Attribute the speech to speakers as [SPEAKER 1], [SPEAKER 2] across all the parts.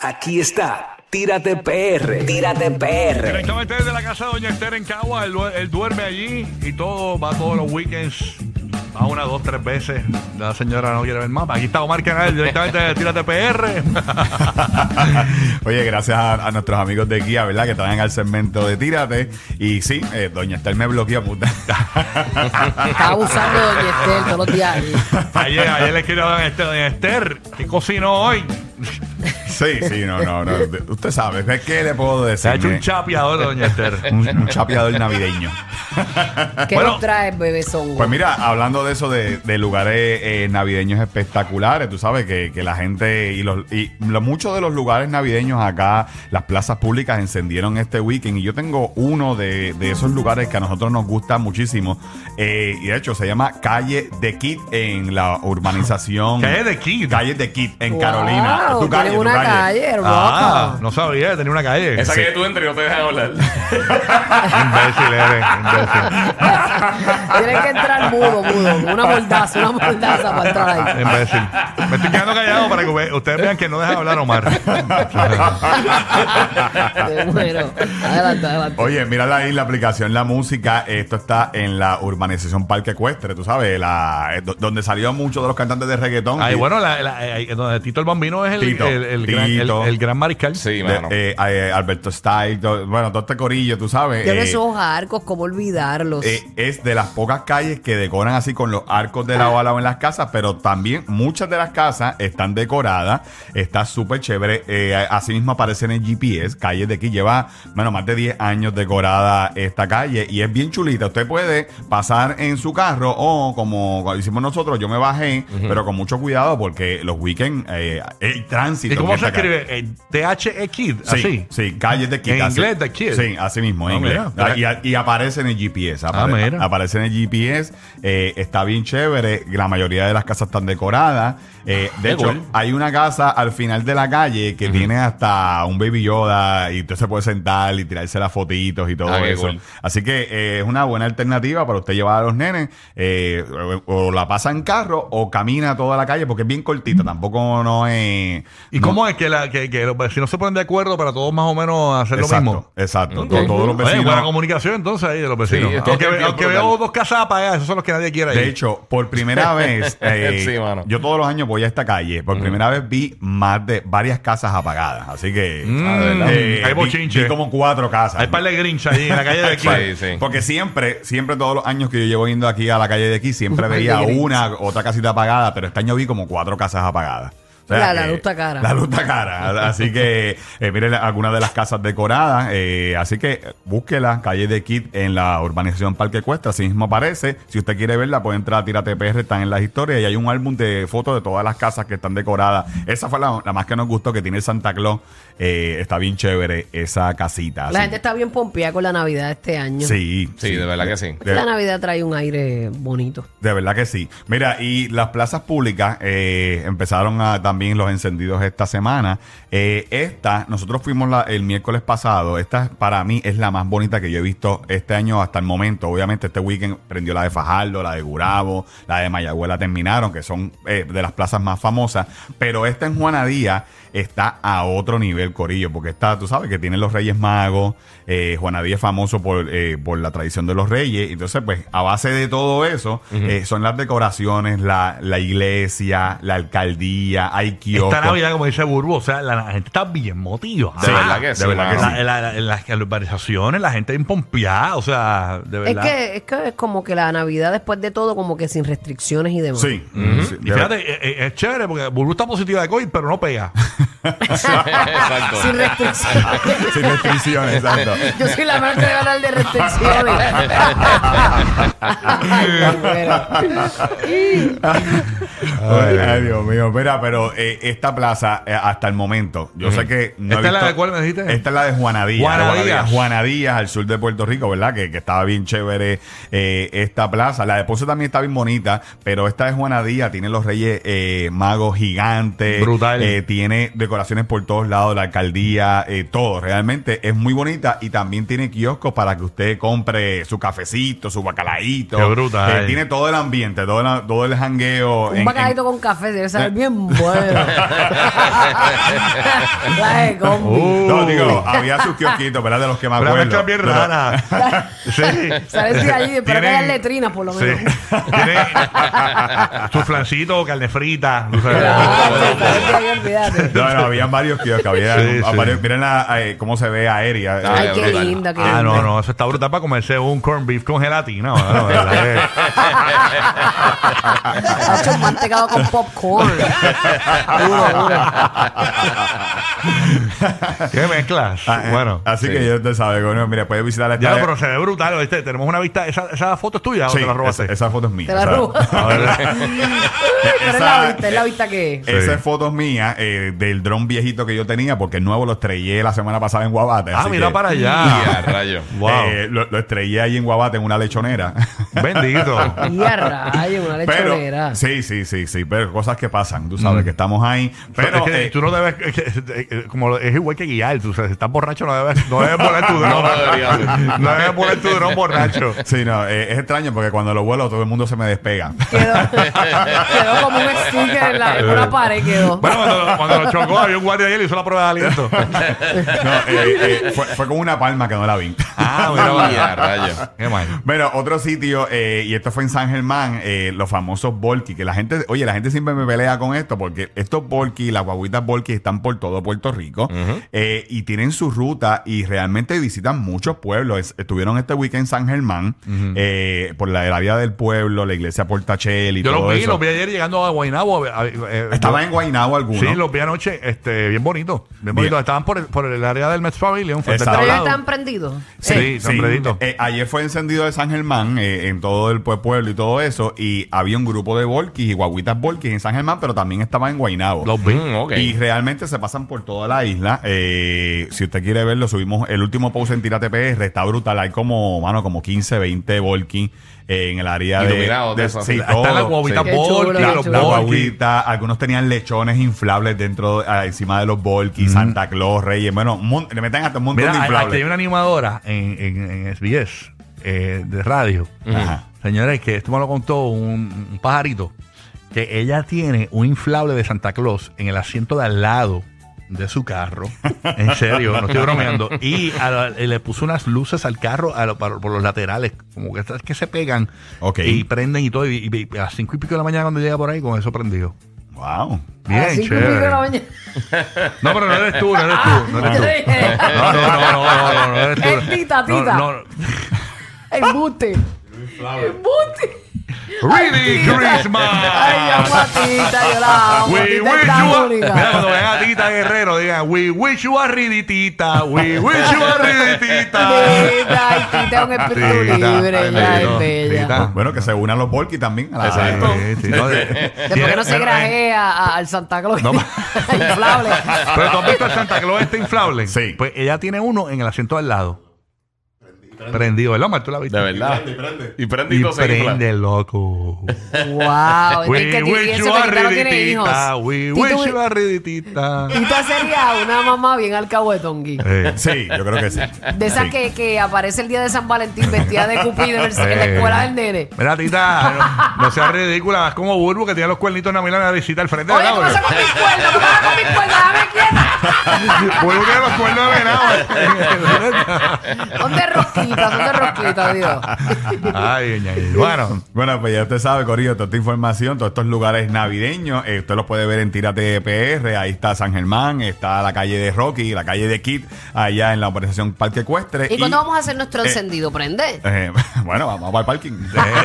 [SPEAKER 1] Aquí está. Tírate PR. Tírate PR.
[SPEAKER 2] Directamente desde la casa de Doña Esther en Cagua, él, due- él duerme allí y todo va todos los weekends, va una, dos, tres veces. La señora no quiere ver mapa. Aquí está Omar Canal, directamente de Tírate PR.
[SPEAKER 3] Oye, gracias a, a nuestros amigos de Kia, ¿verdad? Que traen al segmento de Tírate. Y sí, eh, Doña Esther me bloqueó, puta.
[SPEAKER 4] Está abusando de Doña Estel todos los días.
[SPEAKER 2] ayer, ayer le escribió a Doña Esther, Doña Esther, ¿qué cocinó hoy?
[SPEAKER 3] sí, sí, no, no, no. Usted sabe, ¿de ¿qué le puedo
[SPEAKER 2] Se
[SPEAKER 3] decir?
[SPEAKER 2] ha hecho un
[SPEAKER 3] Mire,
[SPEAKER 2] chapeador, Doña Esther.
[SPEAKER 3] un, un chapeador navideño.
[SPEAKER 4] ¿Qué
[SPEAKER 2] Bueno.
[SPEAKER 4] nos traes, bebé son?
[SPEAKER 3] Pues mira, hablando de eso, de, de lugares eh, navideños espectaculares, tú sabes que, que la gente y, los, y lo- muchos de los lugares navideños acá, las plazas públicas encendieron este weekend y yo tengo uno de, de esos lugares que a nosotros nos gusta muchísimo eh, y de hecho se llama Calle de Kid en la urbanización.
[SPEAKER 2] ¿Qué es de Kid?
[SPEAKER 3] Calle de Kid en Carolina. Es tu
[SPEAKER 4] Wow,
[SPEAKER 3] calle,
[SPEAKER 4] tiene
[SPEAKER 3] tu
[SPEAKER 4] una
[SPEAKER 3] calle.
[SPEAKER 4] calle,
[SPEAKER 2] Ah,
[SPEAKER 4] hermosa.
[SPEAKER 2] no sabía, tenía una calle.
[SPEAKER 5] Esa que tú entres y no te dejan hablar.
[SPEAKER 2] Imbécil eres, imbécil.
[SPEAKER 3] Ah.
[SPEAKER 4] Tienes que entrar mudo, mudo. Una mordaza, una mordaza para entrar ahí.
[SPEAKER 2] Imbécil. Me estoy quedando callado para que ve- ustedes vean que no deja hablar a Omar.
[SPEAKER 4] Me muero. Adelante, adelante.
[SPEAKER 3] Oye, mira ahí la aplicación, la música. Esto está en la urbanización Parque Ecuestre, tú sabes, la, eh, do- donde salió muchos de los cantantes de reggaetón.
[SPEAKER 2] Ay,
[SPEAKER 3] Y-
[SPEAKER 2] Ah, bueno, la- la- eh, donde Tito el Bambino es el,
[SPEAKER 3] Tito,
[SPEAKER 2] el- el gran, el-
[SPEAKER 3] Tito.
[SPEAKER 2] el gran mariscal.
[SPEAKER 5] Sí,
[SPEAKER 3] de-
[SPEAKER 5] mano.
[SPEAKER 3] eh, eh, Alberto Style, to- bueno, todo este corillo, tú sabes.
[SPEAKER 4] Yo
[SPEAKER 3] eh,
[SPEAKER 4] esos arcos, ¿cómo olvidarlos?
[SPEAKER 3] eh, es de las pocas calles que decoran así con los arcos de lado a lado en las casas, pero también muchas de las casas están decoradas, está súper chévere. Eh, asimismo aparecen en GPS, calles de aquí lleva, bueno, más de 10 años decorada esta calle y es bien chulita. Usted puede pasar en su carro o como hicimos nosotros, yo me bajé, pero con mucho cuidado porque los weekends eh, el tránsito.
[SPEAKER 2] ¿Y
[SPEAKER 3] en
[SPEAKER 2] cómo se
[SPEAKER 3] esta calle.
[SPEAKER 2] escribe? Eh, THE Kid,
[SPEAKER 3] Sí,
[SPEAKER 2] así.
[SPEAKER 3] sí, calle de Kid.
[SPEAKER 2] En
[SPEAKER 3] así.
[SPEAKER 2] inglés, The Kid.
[SPEAKER 3] Sí, así mismo, en
[SPEAKER 2] Ah,
[SPEAKER 3] inglés.
[SPEAKER 2] mira.
[SPEAKER 3] Ah, Y, a- y aparece en el GPS.
[SPEAKER 2] Ah,
[SPEAKER 3] apare-
[SPEAKER 2] mira.
[SPEAKER 3] aparece en el GPS. eh, está bien chévere. La mayoría de las casas están decoradas. eh,
[SPEAKER 2] Ah,
[SPEAKER 3] de
[SPEAKER 5] Qué
[SPEAKER 3] hecho,
[SPEAKER 5] cool.
[SPEAKER 3] hay una casa al final de la calle que tiene hasta un baby Yoda y usted se puede sentar y tirarse las fotitos y todo
[SPEAKER 5] Ah, qué
[SPEAKER 3] eso.
[SPEAKER 5] cool.
[SPEAKER 3] Así que eh, es una buena alternativa para usted llevar a los nenes. eh, o, o la pasa en carro o camina toda la calle porque es bien cortita. Tampoco no es.
[SPEAKER 2] ¿Y cómo es que, la, que, que los vecinos se ponen de acuerdo para todos más o menos hacer
[SPEAKER 3] Exacto,
[SPEAKER 2] lo mismo?
[SPEAKER 3] exacto.
[SPEAKER 5] Ok.
[SPEAKER 3] To- Todos los
[SPEAKER 2] Oye,
[SPEAKER 3] vecinos.
[SPEAKER 2] buena comunicación entonces ahí de los vecinos.
[SPEAKER 5] Sí, esto
[SPEAKER 2] aunque
[SPEAKER 5] es bien
[SPEAKER 2] aunque
[SPEAKER 5] brutal.
[SPEAKER 2] veo dos casas apagadas, esos son los que nadie quiere ir.
[SPEAKER 3] De hecho, por primera vez, eh,
[SPEAKER 5] Sí, mano.
[SPEAKER 3] yo todos los años voy a esta calle. Por primera vez vi más de varias casas apagadas. Así que eh,
[SPEAKER 2] Ah, de verdad. Hay
[SPEAKER 3] vi-
[SPEAKER 2] bochinche.
[SPEAKER 3] vi como cuatro casas.
[SPEAKER 2] hay par de grinch ahí en la calle de aquí.
[SPEAKER 5] Sí, sí.
[SPEAKER 3] Porque siempre, siempre todos los años que yo llevo yendo aquí a la calle de aquí, siempre veía
[SPEAKER 4] Ay, qué
[SPEAKER 3] una, otra casita apagada, pero este año vi como cuatro casas apagadas. O
[SPEAKER 4] La- la
[SPEAKER 3] que-
[SPEAKER 4] luz está cara.
[SPEAKER 3] La luz está cara. Así que eh, miren la- algunas de las casas decoradas. eh, así que eh, búsquela, calle de Kit en la urbanización Parque Cuesta. Así mismo aparece. Si usted quiere verla, puede entrar a Tírate PR, están en las historias. Y hay un álbum de fotos de todas las casas que están decoradas. Esa fue la, la más que nos gustó que tiene Santa Claus. Eh, está bien chévere esa casita.
[SPEAKER 4] la
[SPEAKER 3] así
[SPEAKER 4] gente está bien pompeada con la Navidad este año.
[SPEAKER 3] Sí,
[SPEAKER 5] Sí, de verdad que sí.
[SPEAKER 3] De-
[SPEAKER 4] La Navidad trae un aire bonito.
[SPEAKER 3] de verdad que sí. Mira, y las plazas públicas eh, empezaron a- también los encendidos esta semana. Eh, esta, nosotros fuimos la- el miércoles pasado. Esta para mí es la más bonita que yo he visto este año hasta el momento. Obviamente este weekend prendió la de Fajardo, la de Gurabo, la de Mayagüela terminaron, que son eh, de las plazas más famosas. Pero esta en Juanadía está a otro nivel, Corillo, porque está, tú sabes, que tienen los Reyes Magos, eh, Juanadí es famoso por, eh, por la tradición de los Reyes, entonces pues a base de todo eso eh, son las decoraciones, la, la iglesia, la alcaldía, hay kioscos.
[SPEAKER 2] Esta Navidad, como dice Burbu, o sea, la, la gente está bien motivada.
[SPEAKER 5] De verdad que sí,
[SPEAKER 3] de verdad que sí.
[SPEAKER 5] mano.
[SPEAKER 2] La- la- la- en las urbanizaciones, la gente bien pompeada, o sea, de
[SPEAKER 4] Es
[SPEAKER 2] verdad.
[SPEAKER 4] que, es que es como que la Navidad después de todo, como que sin restricciones y demás.
[SPEAKER 3] Sí, sí,
[SPEAKER 2] Y
[SPEAKER 3] de-
[SPEAKER 2] fíjate, eh, eh, es, chévere porque Burbu está positiva de COVID, pero no pega.
[SPEAKER 5] Exacto.
[SPEAKER 4] Sin restricciones.
[SPEAKER 3] sin restricciones, exacto.
[SPEAKER 4] Yo soy la más que va a hablar de restricciones. Ay, me muero.
[SPEAKER 3] Ay, ay, Dios mío, mira, pero eh, esta plaza eh, hasta el momento, yo sé que no he
[SPEAKER 2] ¿Esta es la
[SPEAKER 3] visto-
[SPEAKER 2] de cuál me dijiste?
[SPEAKER 3] Esta es la de Juanadías.
[SPEAKER 2] Juanadías.
[SPEAKER 3] Juanadías, al sur de Puerto Rico, ¿verdad? Que, que estaba bien chévere eh, esta plaza. La de Ponce también está bien bonita, pero esta de Juanadías tiene los reyes eh, magos gigantes.
[SPEAKER 2] Brutal.
[SPEAKER 3] Eh, tiene decoraciones por todos lados, la alcaldía, eh, todo. Realmente es muy bonita y también tiene kioscos para que usted compre su cafecito, su bacalaíto.
[SPEAKER 2] Qué brutal.
[SPEAKER 3] Eh, tiene todo el ambiente, todo, la- todo el jangueo. en-
[SPEAKER 4] Un
[SPEAKER 3] en-
[SPEAKER 4] bacalito con café debe saber bien bueno. La de combi.
[SPEAKER 3] No, digo, había sus kiosquitos, ¿verdad? De los que me
[SPEAKER 2] Uh. Pero
[SPEAKER 3] acuerdo.
[SPEAKER 2] la mezcla bien
[SPEAKER 3] Pero-
[SPEAKER 2] rara. sí.
[SPEAKER 4] Sabes si allí, pero que
[SPEAKER 2] Tienen-
[SPEAKER 4] haya letrinas por lo
[SPEAKER 2] Sí.
[SPEAKER 4] menos.
[SPEAKER 2] Tiene su flancito, carne frita. tú sabes.
[SPEAKER 4] Claro, sabes que ahí, olvídate.
[SPEAKER 3] No, no, había varios kioscos. Había
[SPEAKER 2] Sí,
[SPEAKER 3] a-
[SPEAKER 2] sí.
[SPEAKER 3] varios- miren la, eh, cómo se ve aérea.
[SPEAKER 5] Ah,
[SPEAKER 3] Eh,
[SPEAKER 4] Ay, qué
[SPEAKER 5] brutal.
[SPEAKER 4] linda, qué
[SPEAKER 2] Ah,
[SPEAKER 4] linda.
[SPEAKER 2] no, no, eso está brutal para comerse un corn beef con gelatina. mano, de verdad que-
[SPEAKER 4] Ha hecho un mantecado con popcorn. Duro, duro.
[SPEAKER 2] ¿Qué mezclas?
[SPEAKER 3] ah, eh,
[SPEAKER 2] bueno.
[SPEAKER 3] Así que ya te sabes, bueno, mira, puedes visitar la
[SPEAKER 2] Ya,
[SPEAKER 3] estadia-
[SPEAKER 2] pero se ve brutal, ¿oíste? Tenemos una vista. ¿Esa, esa foto es tuya o
[SPEAKER 3] Sí,
[SPEAKER 2] te la robaste?
[SPEAKER 3] esa, esa foto es mía.
[SPEAKER 4] Te la
[SPEAKER 3] o sea,
[SPEAKER 4] robas. Pero es la
[SPEAKER 3] Esa-
[SPEAKER 4] vista, es la vista que es.
[SPEAKER 3] Esa es foto mía eh, del dron viejito que yo tenía, porque el nuevo lo estrellé la semana pasada en Guabate.
[SPEAKER 2] ah,
[SPEAKER 3] así
[SPEAKER 2] mira
[SPEAKER 3] que,
[SPEAKER 2] para
[SPEAKER 5] Ya,
[SPEAKER 2] allá.
[SPEAKER 5] rayo.
[SPEAKER 2] wow.
[SPEAKER 3] eh, lo, lo estrellé ahí en Guabate en una lechonera.
[SPEAKER 2] Bendito.
[SPEAKER 4] Y a rayo, una
[SPEAKER 3] Pero,
[SPEAKER 4] lechonera.
[SPEAKER 3] sí, sí, sí, sí, pero cosas que pasan, tú sabes que estamos ahí. Pero
[SPEAKER 2] es que
[SPEAKER 3] eh,
[SPEAKER 2] Mm. tú no debes, es que- es que- como es igual que guiar, tú o sea, si estás borracho no debes, no debes poner tu dron.
[SPEAKER 5] No, no debería.
[SPEAKER 2] No debes poner tu dron borracho.
[SPEAKER 3] Sí, no, eh, es extraño porque cuando lo vuelo todo el mundo se me despega.
[SPEAKER 4] Quedó, quedó como un sticker en, la, en una pared, quedó.
[SPEAKER 2] Bueno, cuando, cuando lo chocó, había un guardia ahí y le hizo la prueba de aliento.
[SPEAKER 3] No, eh, eh, fue, fue con una palma que no la vi.
[SPEAKER 2] Ah, mira,
[SPEAKER 5] Ya,
[SPEAKER 2] vaya.
[SPEAKER 5] rayo.
[SPEAKER 2] Qué mal.
[SPEAKER 3] Bueno, otro sitio, eh, y esto fue en San Germán, eh, los famosos Volky, que la gente, oye, la gente siempre me pelea con esto, porque estos Volky, las guaguitas Volky están por todo Puerto Rico, eh, y tienen su ruta, y realmente visitan muchos pueblos. Es- estuvieron este weekend en San Germán, eh, por la, la vía del pueblo, la iglesia Portachel y
[SPEAKER 2] Yo
[SPEAKER 3] todo
[SPEAKER 2] los vi,
[SPEAKER 3] eso.
[SPEAKER 2] los vi ayer llegando a Guaynabo. a- a- eh,
[SPEAKER 3] Estaba en Guaynabo alguno.
[SPEAKER 2] Sí, los vi anoche, este, bien bonito. Bien bonito. Estaban por el, por el área del Mets Pavilion, frente al
[SPEAKER 3] Exacto.
[SPEAKER 4] Pero
[SPEAKER 2] tablado.
[SPEAKER 4] ellos están prendidos.
[SPEAKER 2] Sí, están prendidos.
[SPEAKER 3] Eh, ayer fue encendido de San Germán, eh, en todo el pue- pueblo y todo eso, y había un grupo de volquis y guaguitas volquis en San Germán, pero también estaba en Guainabo.
[SPEAKER 2] Los vi.
[SPEAKER 5] Mm, ok.
[SPEAKER 3] Y realmente se pasan por toda la isla. Eh, si usted quiere verlo, subimos el último post en Tira TPR. Está brutal. Hay como, mano, como 15, 20 volquis eh, en el área de.
[SPEAKER 5] Iluminados de
[SPEAKER 3] de-
[SPEAKER 5] esas.
[SPEAKER 3] sí,
[SPEAKER 5] Hasta
[SPEAKER 3] todo.
[SPEAKER 2] Están las guaguitas
[SPEAKER 3] Sí.
[SPEAKER 4] Qué chulo,
[SPEAKER 2] Volky,
[SPEAKER 4] qué
[SPEAKER 2] los
[SPEAKER 4] chulo.
[SPEAKER 3] La
[SPEAKER 2] Volky.
[SPEAKER 3] guaguita, algunos tenían lechones inflables dentro, ah, encima de los volquis, Santa Claus, Reyes. Bueno, un mon- le meten hasta un montón de
[SPEAKER 2] Mira, hay-
[SPEAKER 3] inflables.
[SPEAKER 2] aquí hay una animadora en, en, en SBS eh, de radio.
[SPEAKER 3] Ajá.
[SPEAKER 2] Señores, que esto me lo contó un, un pajarito. Que ella tiene un inflable de Santa Claus en el asiento de al lado de su carro. En serio, no estoy bromeando. Y, a la- y le puso unas luces al carro a lo- para- por los laterales, como que estas que se pegan
[SPEAKER 3] Ok.
[SPEAKER 2] y prenden y todo. Y, y- y a las cinco y pico de la mañana cuando llega por ahí, con eso prendido.
[SPEAKER 3] Wow.
[SPEAKER 2] Bien,
[SPEAKER 4] Así que
[SPEAKER 2] chévere.
[SPEAKER 4] pico de la mañana.
[SPEAKER 2] No, pero no eres tú, no eres tú. No eres
[SPEAKER 4] Yo
[SPEAKER 2] tú.
[SPEAKER 4] dije,
[SPEAKER 2] No, no, no, no, no, no, no eres tú.
[SPEAKER 4] Es tita,
[SPEAKER 2] No,
[SPEAKER 4] tita.
[SPEAKER 2] no, no.
[SPEAKER 4] Embuste. Embuste.
[SPEAKER 2] Really
[SPEAKER 4] Ay, yo
[SPEAKER 2] Christmas.
[SPEAKER 4] matita, yo la amo.
[SPEAKER 2] We
[SPEAKER 4] Tita
[SPEAKER 2] wish
[SPEAKER 4] es
[SPEAKER 2] you
[SPEAKER 4] tan
[SPEAKER 2] a...
[SPEAKER 4] única.
[SPEAKER 2] Mira, cuando vean a Tita Guerrero, digan, we wish you a riditita, we wish you a riditita.
[SPEAKER 4] Tita, ay, Tita es un espíritu
[SPEAKER 2] Tita,
[SPEAKER 4] libre,
[SPEAKER 2] tita,
[SPEAKER 4] ella es bella.
[SPEAKER 2] tita.
[SPEAKER 3] Bueno, que se unan los Volky también a la
[SPEAKER 5] Exacto.
[SPEAKER 2] Sí, sí, no, de-
[SPEAKER 4] ¿Por qué no se
[SPEAKER 2] Pero, eh,
[SPEAKER 4] grajea a- al Santa Claus? Inflable.
[SPEAKER 2] Pero tú has visto el Santa Claus este inflable.
[SPEAKER 3] Sí.
[SPEAKER 2] Pues ella tiene uno en el asiento al lado. Prendido, ¿verdad, Omar? ¿Tú la viste?
[SPEAKER 5] De verdad.
[SPEAKER 3] prende, prende.
[SPEAKER 5] Y prende y
[SPEAKER 2] Y
[SPEAKER 5] todo se infla.
[SPEAKER 2] prende, loco.
[SPEAKER 4] Wow, es que
[SPEAKER 2] We wish
[SPEAKER 4] Titi
[SPEAKER 2] you a
[SPEAKER 4] Fellita no tiene hijos.
[SPEAKER 2] riditita. We
[SPEAKER 4] Tito-
[SPEAKER 2] wish you a riditita.
[SPEAKER 4] Tito sería una mamá bien alcahuetón, Gui.
[SPEAKER 2] Eh,
[SPEAKER 3] Sí, yo creo que sí.
[SPEAKER 4] De esas
[SPEAKER 3] Sí.
[SPEAKER 4] que, que aparece el día de San Valentín vestida de cupido en, el- en la
[SPEAKER 2] eh.
[SPEAKER 4] escuela del nene.
[SPEAKER 2] Mira, tita, no, no seas ridícula. Es como Burbu que tiene los cuernitos en la mirada de visita al frente.
[SPEAKER 4] Oye,
[SPEAKER 2] ¿verdad?
[SPEAKER 4] ¿qué pasa con mis cuernos? ¿Qué pasa con mis cuernos? Dame quieta.
[SPEAKER 2] Burbu tiene los cuernos de venado.
[SPEAKER 4] Son de rosquita, son de rosquita, Dios.
[SPEAKER 2] Ay, doña Gil. Bueno,
[SPEAKER 3] Bueno, pues ya usted sabe, Corillo, toda esta información, todos estos lugares navideños, eh, usted los puede ver en Tírate PR, ahí está San Germán, está la calle de Rocky, la calle de Kit, allá en la organización Parque Ecuestre.
[SPEAKER 4] ¿Y cuándo vamos a hacer nuestro
[SPEAKER 3] eh,
[SPEAKER 4] encendido? ¿Prende?
[SPEAKER 3] Eh, bueno, vamos para el parking.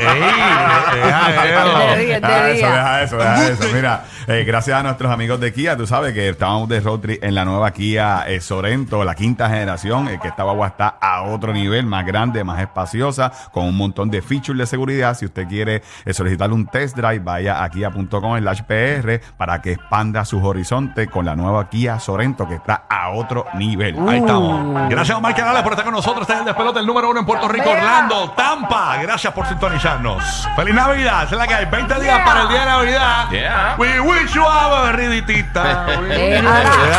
[SPEAKER 2] ey, deja
[SPEAKER 4] Te
[SPEAKER 2] eso.
[SPEAKER 4] ríes. este
[SPEAKER 3] Ah, eso,
[SPEAKER 4] día.
[SPEAKER 3] deja eso, deja eso. Mira, eh, gracias a nuestros amigos de Kia, tú sabes que estábamos de road trip en la nueva Kia eh, Sorento, la quinta generación, eh, que esta guagua está a otro nivel, más grande, más espaciosa, con un montón de features de seguridad. Si usted quiere eh, solicitar un test drive, vaya a kia.com slash PR para que expanda sus horizontes con la nueva Kia Sorento, que está a otro nivel.
[SPEAKER 2] Ahí estamos. Gracias a Omar Canales por estar con nosotros. Este es el despelote, el número uno en Puerto Rico, Orlando, Tampa. Gracias por sintonizarnos. ¡Feliz Navidad! Esa Es la que hay. 20 días para el día de Navidad.
[SPEAKER 5] Yeah.
[SPEAKER 2] We wish you a riditita.
[SPEAKER 4] Eh, ahora,